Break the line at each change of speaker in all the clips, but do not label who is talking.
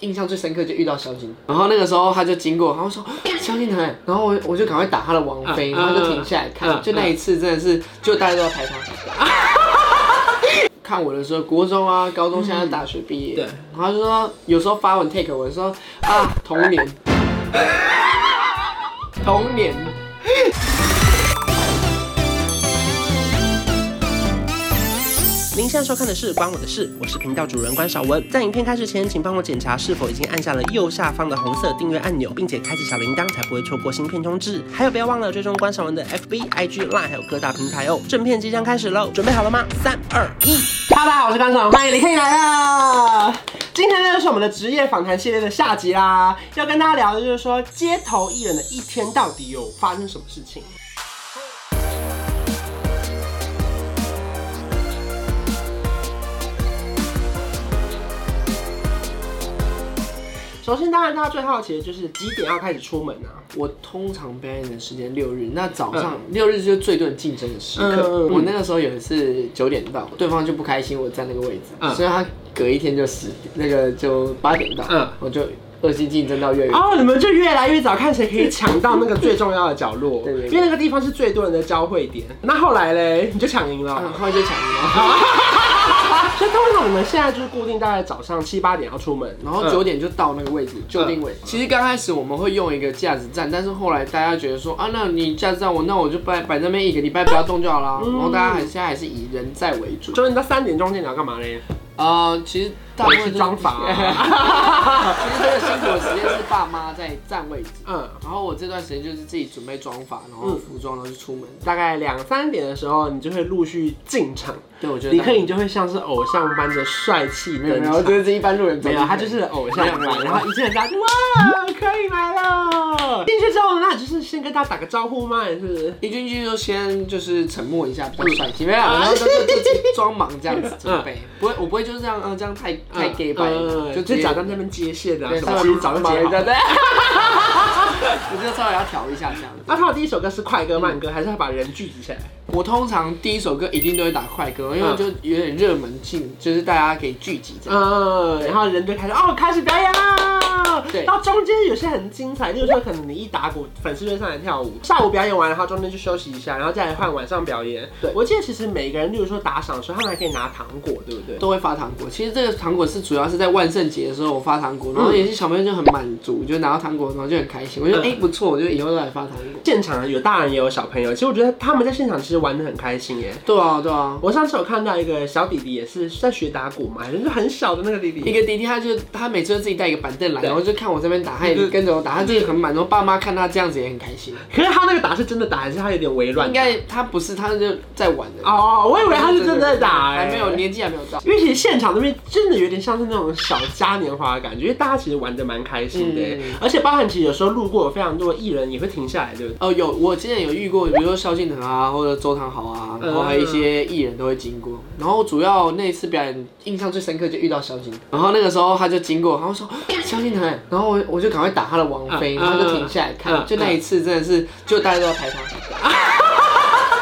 印象最深刻就遇到萧敬腾，然后那个时候他就经过，然后说萧敬腾，然后我我就赶快打他的王妃，
嗯
然后就停下来看，
嗯
就那一次真的是，就大家都在拍他。 看我的时候，国中啊、高中，现在大学毕业，
对
然后他就说有时候发文 take 我说啊童 年，童年。
您现在收看的是《关我的事》，我是频道主人关少文。在影片开始前，请帮我检查是否已经按下了右下方的红色订阅按钮，并且开启小铃铛，才不会错过新片通知。还有，不要忘了追踪关少文的 FB、IG、Line，还有各大平台哦。正片即将开始喽，准备好了吗？三、二、一。
哈喽，大家好，我是观众，欢迎你可以来啦！今天呢是我们的职业访谈系列的下集啦，要跟大家聊的就是说街头艺人的一天到底有发生什么事情。首先，当然大家最好奇的就是几点要开始出门啊？我通常表演的时间六日，那早上六日就是最多人竞争的时刻。
嗯嗯嗯嗯
我那个时候有一次九点到，对方就不开心我站那个位置，
嗯
所以他隔一天就十那个就八点到，
嗯
我就恶性竞争到越远。
哦，你们就越来越早，看谁可以抢到那个最重要的角落，
对对对
因为那个地方是最多人的交汇点。那后来嘞，你就抢赢了哦。
很快啊就抢哦了，
所以通常你们现在就是固定大概早上七八点要出门，
然后九点就到那个位置，就定
嗯
位。其实刚开始我们会用一个架子站，但是后来大家觉得说啊，那你架子站我，那我就摆摆那边一个礼拜不要动就好
嗯
啦。然后大家还现在还是以人在为主。
就是你到三点中间你要干嘛嘞？
呃，其实大部分都是
装法
其实最辛苦的时间是爸妈在占位置。
嗯，
然后我这段时间就是自己准备妆发，然后服装，然后就出门。
大概两三点的时候，你就会陆续进场，
对，我觉得
李克颖就会像是偶像般的帅气
没有
登
没有，
场。
就是一般路人走
没
进
有，
来
他就是偶像
没有没
嘛。
有
然后一进来大家就哇，可以来了。进去之后，那就是先跟大家打个招呼吗？还是？
一进去就先就是沉默一下，比较帅气，
嗯
没有，然后就就就 就装忙这样子准备，不会，我不会就是这样，嗯，这样太太 gay 白，
嗯
就
就
直
就
接
假装在那边接线啊，
对，
什么
稍
其
微
实早就
忙
接
一
好
下，
了。
对， 我就稍微要调一下这样子。
那他的第一首歌是快歌慢歌，还是他把人聚集起来？
我通常第一首歌一定都会打快歌，因为就有点热门性，就是大家可以聚集这样。
嗯，然后人就开始哦，开始表演啦。
对
到中间有些很精彩，例如说可能你一打鼓，粉丝就会上来跳舞。下午表演完，然后中间去休息一下，然后再来换晚上表演。
对
我记得其实每个人，例如说打赏的时候，他们还可以拿糖果，对不对？
都会发糖果，其实这个糖果是主要是在万圣节的时候我发
嗯
糖果，然后也是小朋友就很满足，就拿到糖果然后就很开心，我觉得
嗯
哎、不错，我就以后都来发糖果。
现场有大人也有小朋友，其实我觉得他们在现场其实玩的很开心耶。
对啊对啊，
我上次有看到一个小弟弟也是在学打鼓嘛，就是很小的那个弟弟
一，个弟弟，他就他每次都自己带一个板凳来，
对嗯
然后就看我这边打，他也跟着我打，他自己很满，然后爸妈看他这样子也很开心。
可是他那个打是真的打，还是他有点微乱
应？该他不是，他就在玩的。
哦，我以为他是真的在打、哎
还没有年纪还没有到。
因为其实现场那边真的有点像是那种小嘉年华的感觉，因为大家其实玩的蛮开心的、欸
嗯
而且包含其实有时候路过有非常多的艺人也会停下来，对不对？
哦，有我之前有遇过，比如说萧敬腾啊，或者周汤豪啊，然后还有一
嗯
些艺人都会经过。然后主要那一次表演印象最深刻就遇到萧敬腾，然后那个时候他就经过，然后说萧敬腾，然后我我就赶快打他的王妃，
嗯
然后就停下来
嗯
看。就那一次真的是，就大家都在拍他。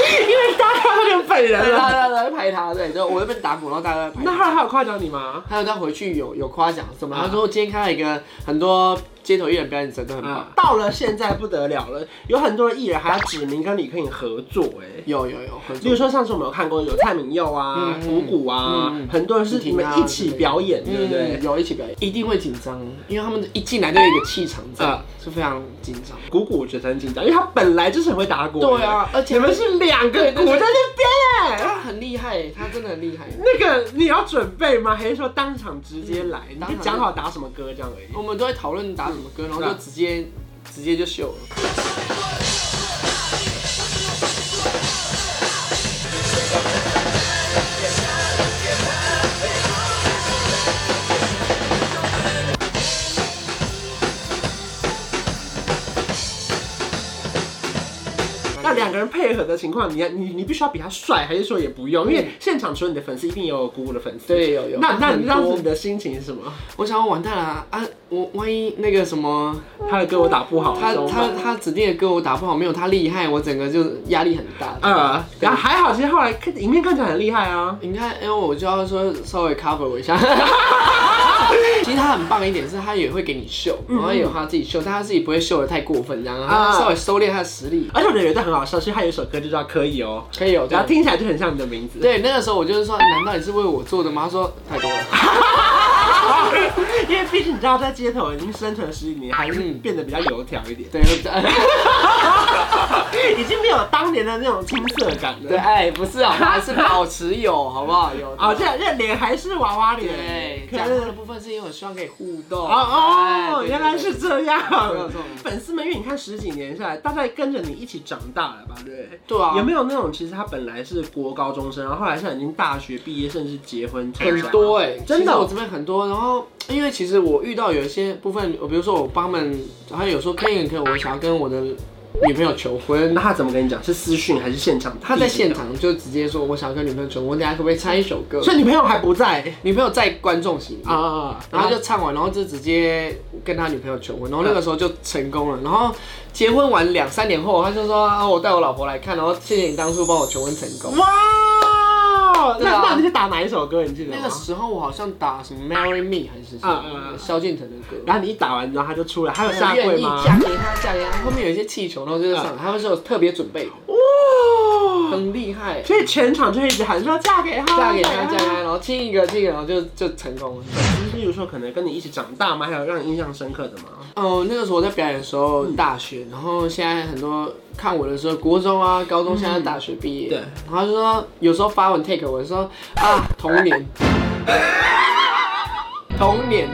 因为大家看到那个本人
对，大
了。
家都在拍他，对，就我一边打鼓，然后大家都在拍他。
那后来他有夸奖你吗？
还有他回去有有夸奖什么？
啊
他说今天看到一个很多街头艺人表演者都很棒
啊。，到了现在不得了了，有很多的艺人还要指名跟李克颖合作、哎。
有有有，合作
例如说，上次我们有看过有蔡明佑啊、
嗯
谷谷啊
嗯，
很多人是你们一起表演，对
嗯
不对？
有一起表演，一定会紧张，因为他们一进来就有一个气场在
啊，
是非常紧张。
谷谷我觉得很紧张，因为他本来就是很会打鼓。
对啊，而
哎，你
且
们是两个鼓在那边、哎
他很厉害，他真的很厉害。
那个你要准备吗？还是说当场哦直接来？你
当
就
场
讲好打什么歌这样而已。
我们都会讨论打什么
嗯
歌，然后就直接直接就秀了。
那两个人配合的情况，你你你必须要比他帅，还是说也不用？因为现场除了你的粉丝，一定有谷谷的粉丝。
对，有有。
那那你
很
当时
多
你，的心情是什么？
我想要完蛋了啊！啊我万一那个什么，
他的歌我打不好，
他
怎么
他
办
他指定的歌我打不好，没有他厉害，我整个就压力很大。
呃，然后还好，其实后来看影片看起来很厉害啊。
你看，因为我就要说稍微 cover 我一下，其实他很棒的一点是，他也会给你秀，
嗯
然后也有他自己秀，但他自己不会秀的太过分，这样
啊
他稍微收敛他的实力，
而且我觉得有一段很好笑，是他有一首歌就叫《可以哦
可以》，有。
然后听起来就很像你的名字。
对，那个时候我就是说，难道你是为我做的吗？他说太多了。
因为毕竟你知道，在街头已经生存了十几年，还是变得比较油条一点，
对，对，
已经没有当年的那种青涩感 了。
哎，不是啊，还是保持有，好不好？有。
哦，这样这脸还是娃娃
对
脸，，可
讲
是
这个部分是因为我希望可以互动。
哦
哎
哦，原来是。这样
没有错。
粉丝们，因为你看十几年下来，大概跟着你一起长大了吧？对不对。
对对啊，
有没有那种其实他本来是国高中生，然后后来现在已经大学毕业，甚至结婚成
很
家
多哎、
真的
其实我这边很多。然后，因为其实我遇到有一些部分，我比如说我帮他们，然后有时候看一个客，我想要跟我的女朋友求婚
那，他怎么跟你讲？是私讯还是现场？
他在现，场就直接说我想要跟女朋友求婚，等下可不可以唱一首歌？
所以女朋友还不在
女朋友在观众席啊，
啊。
然后就唱完，然后就直接跟他女朋友求婚，然后那个时候就成功了。然后结婚完两三年后，他就说啊，我带我老婆来看，然后谢谢你当初帮我求婚成功。
哇，
对
那
啊
那你是打哪一首歌？你记得
那
吗
个？时候我好像打什么 Marry Me 还是什
嗯嗯
么
嗯
萧敬腾的歌，
然后你一打完，然后他就出来，他有下
愿
跪
意
吗？嗯
嫁给他，嫁给他。后面有一些气球，然后就是上，他们是有特别准备的，
哇！
很厉害。
所以全场就一直喊说嫁给他，
嫁给他，嫁给他，然后亲一个，亲一个，然后就就成功了。
就是例如说，可能跟你一起长大吗？还有让你印象深刻的 吗？
哦，那个时候我在表演的时候，大学，然后现在很多看我的时候，国中啊、高中，现在大学毕业，
对
然后就说有时候发文 take 我说啊，童 年，童年，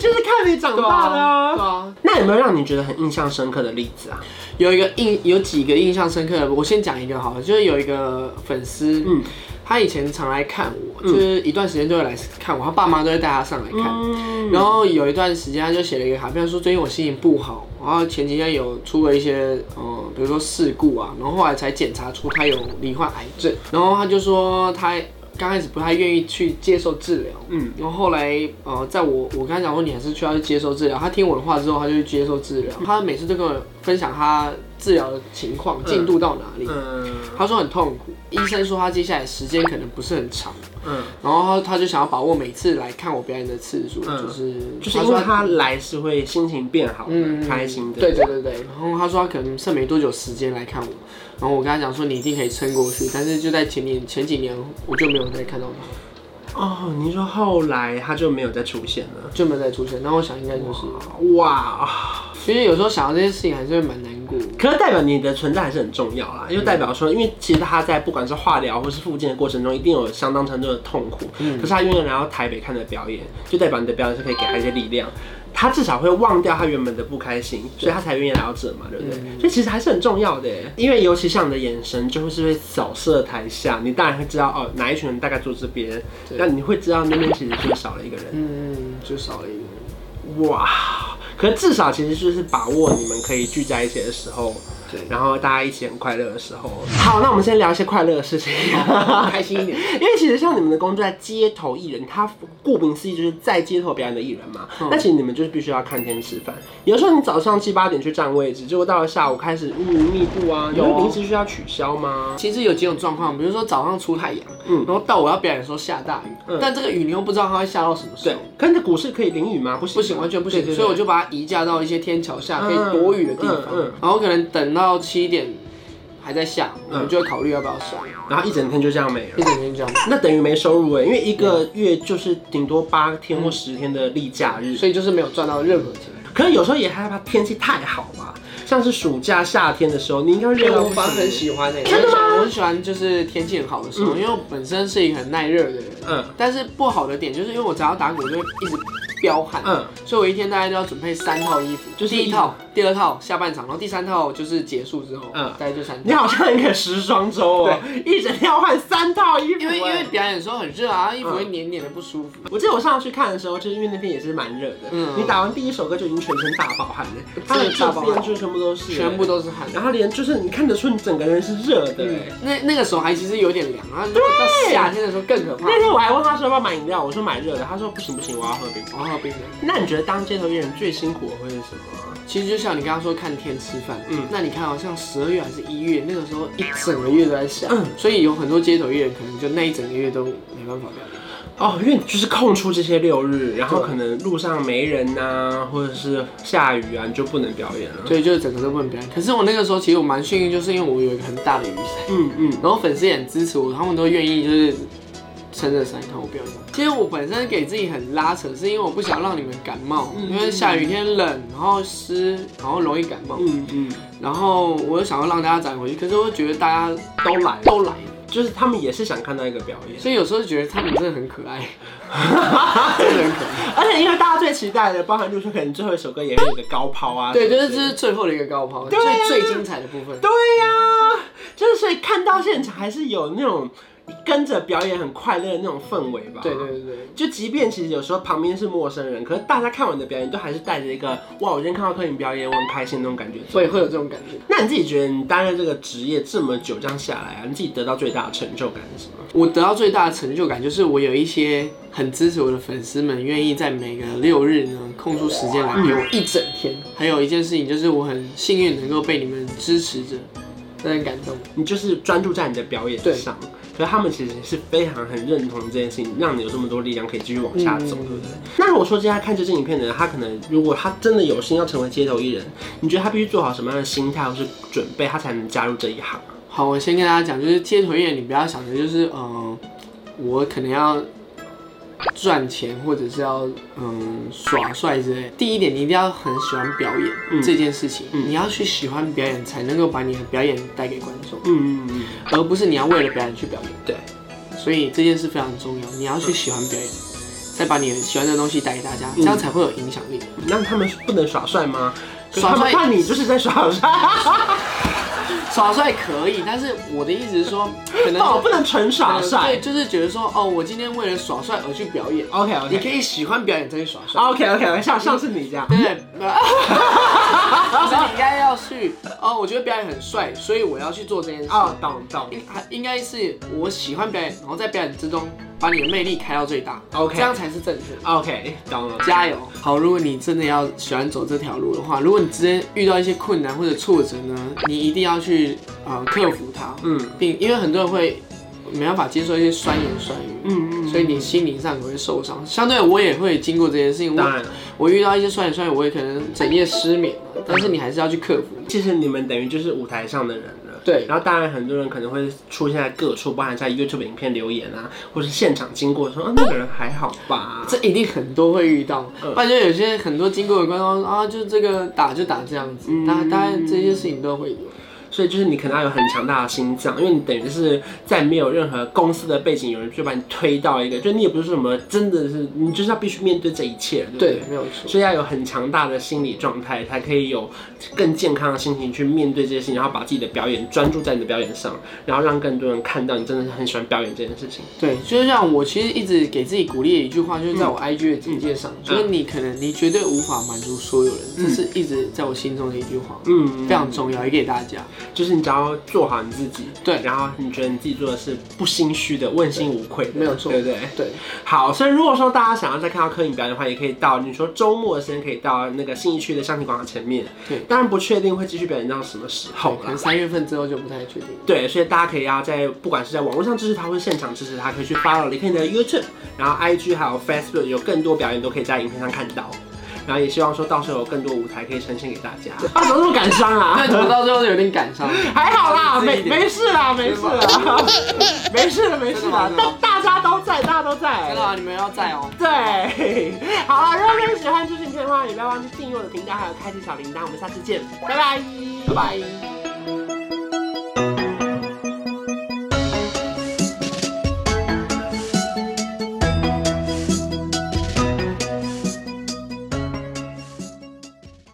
就是看你长
对
大的
啊，对
啊。
啊，
那有没有让你觉得很印象深刻的例子啊？
有一个印有几个印象深刻的，我先讲一个好了，就是有一个粉丝，
嗯
他以前常来看我，就是一段时间都会来看我，他爸妈都会带他上来看。
嗯，
然后有一段时间，他就写了一个卡片，说最近我心情不好，然后前几天有出了一些，呃，比如说事故啊，然后后来才检查出他有罹患癌症，然后他就说他刚开始不太愿意去接受治疗，
嗯，
然后后来呃，在我我跟他讲说你还是需要去接受治疗，他听我的话之后，他就去接受治疗，他每次都跟我分享他治疗的情况进度到哪里，
嗯
他说很痛苦，医生说他接下来时间可能不是很长。
嗯，
然后他他就想要把握每次来看我表演的次数，
嗯
就是
就是
他
因
说
为他来是会心情变好的，
嗯
开心的。
对对对对。然后他说他可能剩没多久时间来看我，然后我跟他讲说你一定可以撑过去，但是就在前年前几年我就没有再看到他，
哦，你说后来他就没有再出现了。
就没有再出现。那我想应该就是，
哇，
其实有时候想到这些事情还是会蛮难过。
可是代表你的存在还是很重要啦，因为代表说，因为其实他在不管是化疗或是复健的过程中，一定有相当程度的痛苦。可是他愿意来到台北看的表演，就代表你的表演是可以给他一些力量。他至少会忘掉他原本的不开心，所以他才愿意来到这嘛，对不对？所以其实还是很重要的耶，因为尤其像你的眼神，就会是会扫射台下，你当然会知道哦，哪一群人大概坐这边，
对
那你会知道那边其实是少了一个人。
嗯，就少了一个人。
哇！可至少其实就是把握你们可以聚在一起的时候，
对
然后大家一起很快乐的时候。好，那我们先聊一些快乐的事情，
开心一点。
因为其实像你们的工作在街头艺人，他顾名思义就是在街头表演的艺人嘛。
嗯
那其实你们就是必须要看天吃饭。有时候你早上七八点去占位置，结果到了下午开始乌云密布啊，
有
有临时需要取消吗？
其实有几种状况，比如说早上出太阳，
嗯
然后到我要表演的时候下大雨，
嗯
但这个雨你又不知道它会下到什么时
对
候。，
可是你的股市可以淋雨吗？不行，
不行，完全不行，所以我就把它移架到一些天桥下可以躲雨的地方
嗯嗯嗯，
然后可能等到七点还在下，我
嗯
们就会考虑要不要收，
我然后一整天就这样没了
一。整天这样，
那等于没收入哎，因为一个月就是顶多八天
嗯
或十天的例假日，
所以就是没有赚到任何钱，
可是有时候也害怕天气太好吧，像是暑假、夏天的时候，你应该会热到
我
不
反而很
行。
喜欢诶，真的吗？我很喜欢就是天气很好的时候，因为我本身是一个很耐热的人，
嗯
但是不好的点就是因为我只要打鼓就会一直飙汗，
嗯，
所以我一天大概都要准备三套衣服，
就
就是是第一套、第二套下半场，然后第三套就是结束之后，
嗯
大概就三套
你。好像一个时装周哦，一整天要换三套衣服哎。
因为因为表演的时候很热
嗯
啊，衣服会黏黏的不舒服。
我记得我上次去看的时候，就是因为那天也是蛮热的，
嗯
你打完第一首歌就已经全身大饱汗了，他的
真的大
这
爆汗
边就全部都是，嗯
全部，都是汗。
然后连就是你看得出你整个人是热的哎。
那那个时候还其实有点凉啊，如果到夏天的时候更可怕。
那天我还问他说要不要买饮料，我说买热的，他说不行不行，我要喝冰。
我哦喝冰的，
那你觉得当街头艺人最辛苦的会是什么？
其实就像你刚刚说看天吃饭，
嗯
嗯，那你看好像十二月还是一月，那个时候
嗯
一整个月都在下，所以有很多街头艺人可能就那一整个月都没办法表演。
哦，因为就是空出这些六日，然后可能路上没人呐、或者是下雨啊，你就不能表演了。
所以就是整个都不能表演。可是我那个时候其实我蛮幸运，就是因为我有一个很大的雨伞，
嗯嗯，
然后粉丝也很支持我，他们都愿意就是撑着伞看我表演。其实我本身给自己很拉扯，是因为我不想让你们感冒，
嗯
因为下雨天冷，然后湿，然后容易感冒。
嗯嗯，
然后我又想要让大家攒回去，可是我又觉得大家都来都来，
就是他们也是想看到一个表 演，
所以有时候就觉得他们真的很可爱，真的很可爱。
而且因为大家最期待的，包含就是可能最后一首歌也会有个高抛啊，
对，
什
就
么
是
之
这
类的
是最后的一个高抛，
对
最
啊
最精彩的部分。
对呀、就是所以看到现场还是有那种跟着表演很快乐的那种氛围吧。
对对。对对，
就即便其实有时候旁边是陌生人，可是大家看完你的表演都还是带着一个哇，我今天看到柯林表演，我很开心那种感觉。
会会有这种感觉。
那你自己觉得你担任这个职业这么久这样下来啊，你自己得到最大的成就感是什么？
我得到最大的成就感就是我有一些很支持我的粉丝们，愿意在每个六日呢空出时间来陪我一整天。还有一件事情就是我很幸运能够被你们支持着，真的很感动。
你就是专注在你的表演上，可是他们其实是非常很认同这件事情，让你有这么多力量可以继续往下走，
嗯
对不对？那如果说今天看这支影片的人，他可能如果他真的有心要成为街头艺人，你觉得他必须做好什么样的心态或是准备，他才能加入这一行啊？
好，我先跟大家讲，就是街头艺人，你不要想着就是嗯、呃我可能要赚钱或者是要嗯耍帅之类的。第一点，你一定要很喜欢表演、
嗯
这件事情，
嗯
你要去喜欢表演，才能够把你的表演带给观众，
嗯嗯嗯，
而不是你要为了表演去表演。
对，
所以这件事非常重要，你要去喜欢表演，再把你喜欢的东西带给大家，这
嗯
样才会有影响力。
那他们不能耍帅吗？可是
耍
他们
帅
看你就是在耍 帅，
耍帅可以，但是我的意思是 说，可能
哦，不能纯耍帅哦
对，。就是觉得说，哦，我今天为了耍帅而去表演，
OK
你
OK
可以喜欢表演再去耍帅。
OK OK，像像是你这样，
对不对， 不是你应该要去哦。我觉得表演很帅，所以我要去做这件事。
哦，懂懂。
应还应该是我喜欢表演，然后在表演之中把你的魅力开到最大。
OK
这样才是正确的。
OK，懂了。
加油！好，如果你真的要喜欢走这条路的话，如果你之间遇到一些困难或者挫折呢，你一定要去呃克服它，
嗯
并因为很多人会没办法接受一些酸言酸语，
嗯嗯，
所以你心灵上也会受伤。相对我也会经过这件事情，
当
我
然了。
我遇到一些酸言酸语，我也可能整夜失眠，但是你还是要去克服。
其实你们等于就是舞台上的人了，
对
然后当然很多人可能会出现在各处，包含在 YouTube 影片留言啊，或是现场经过说啊那个人还好吧。
这一定很多会遇到
嗯，
不然就有些很多经过的观众说啊，就这个打就打这样子，
嗯
大大概这些事情都会有。
所以就是你可能要有很强大的心脏，因为你等于是在没有任何公司的背景，有人就把你推到一个，就你也不是什么真的是，你就是要必须面对这一切，对不
对，没有错。
所以要有很强大的心理状态，才可以有更健康的心情去面对这些事情，然后把自己的表演专注在你的表演上，然后让更多人看到你真的是很喜欢表演这件事情。
对，就是像我其实一直给自己鼓励的一句话，就是在我
嗯
IG 的简介上，就是你可能你绝对无法满足所有人，这是一直在我心中的一句话，
嗯，
非常重要，也给大家。
就是你只要做好你自己，
对
然后你觉得你自己做的是不心虚的、问心无愧的，
没有错
对不对？
对，
好，所以如果说大家想要再看到柯颖表演的话，也可以到你说周末的时间可以到那个信义区的象棋广场前面，
对
当然不确定会继续表演到什么时候
可
啦
能。三月份之后就不太确定。
对，所以大家可以要在不管是在网络上支持他，或是现场支持他，可以去 follow 李克勤的 YouTube，然后 IG 还有 Facebook 有更多表演都可以在影片上看到。然后也希望说到时候有更多舞台可以呈现给大 家。啊，怎么那么感伤啊？
但我到最后有点感伤，
还好
自
啦，
己
没
一点
没事啦，没事 啦，没事了，没事
真的吗
了
真，的
大
吗
大家都在，大家都
真
在
的。啊，你们要在哦。
对，好啦，如果你喜欢这支影片的话，也不要忘记订阅我的频道，还有开启小铃铛。我们下次见，拜拜，拜拜。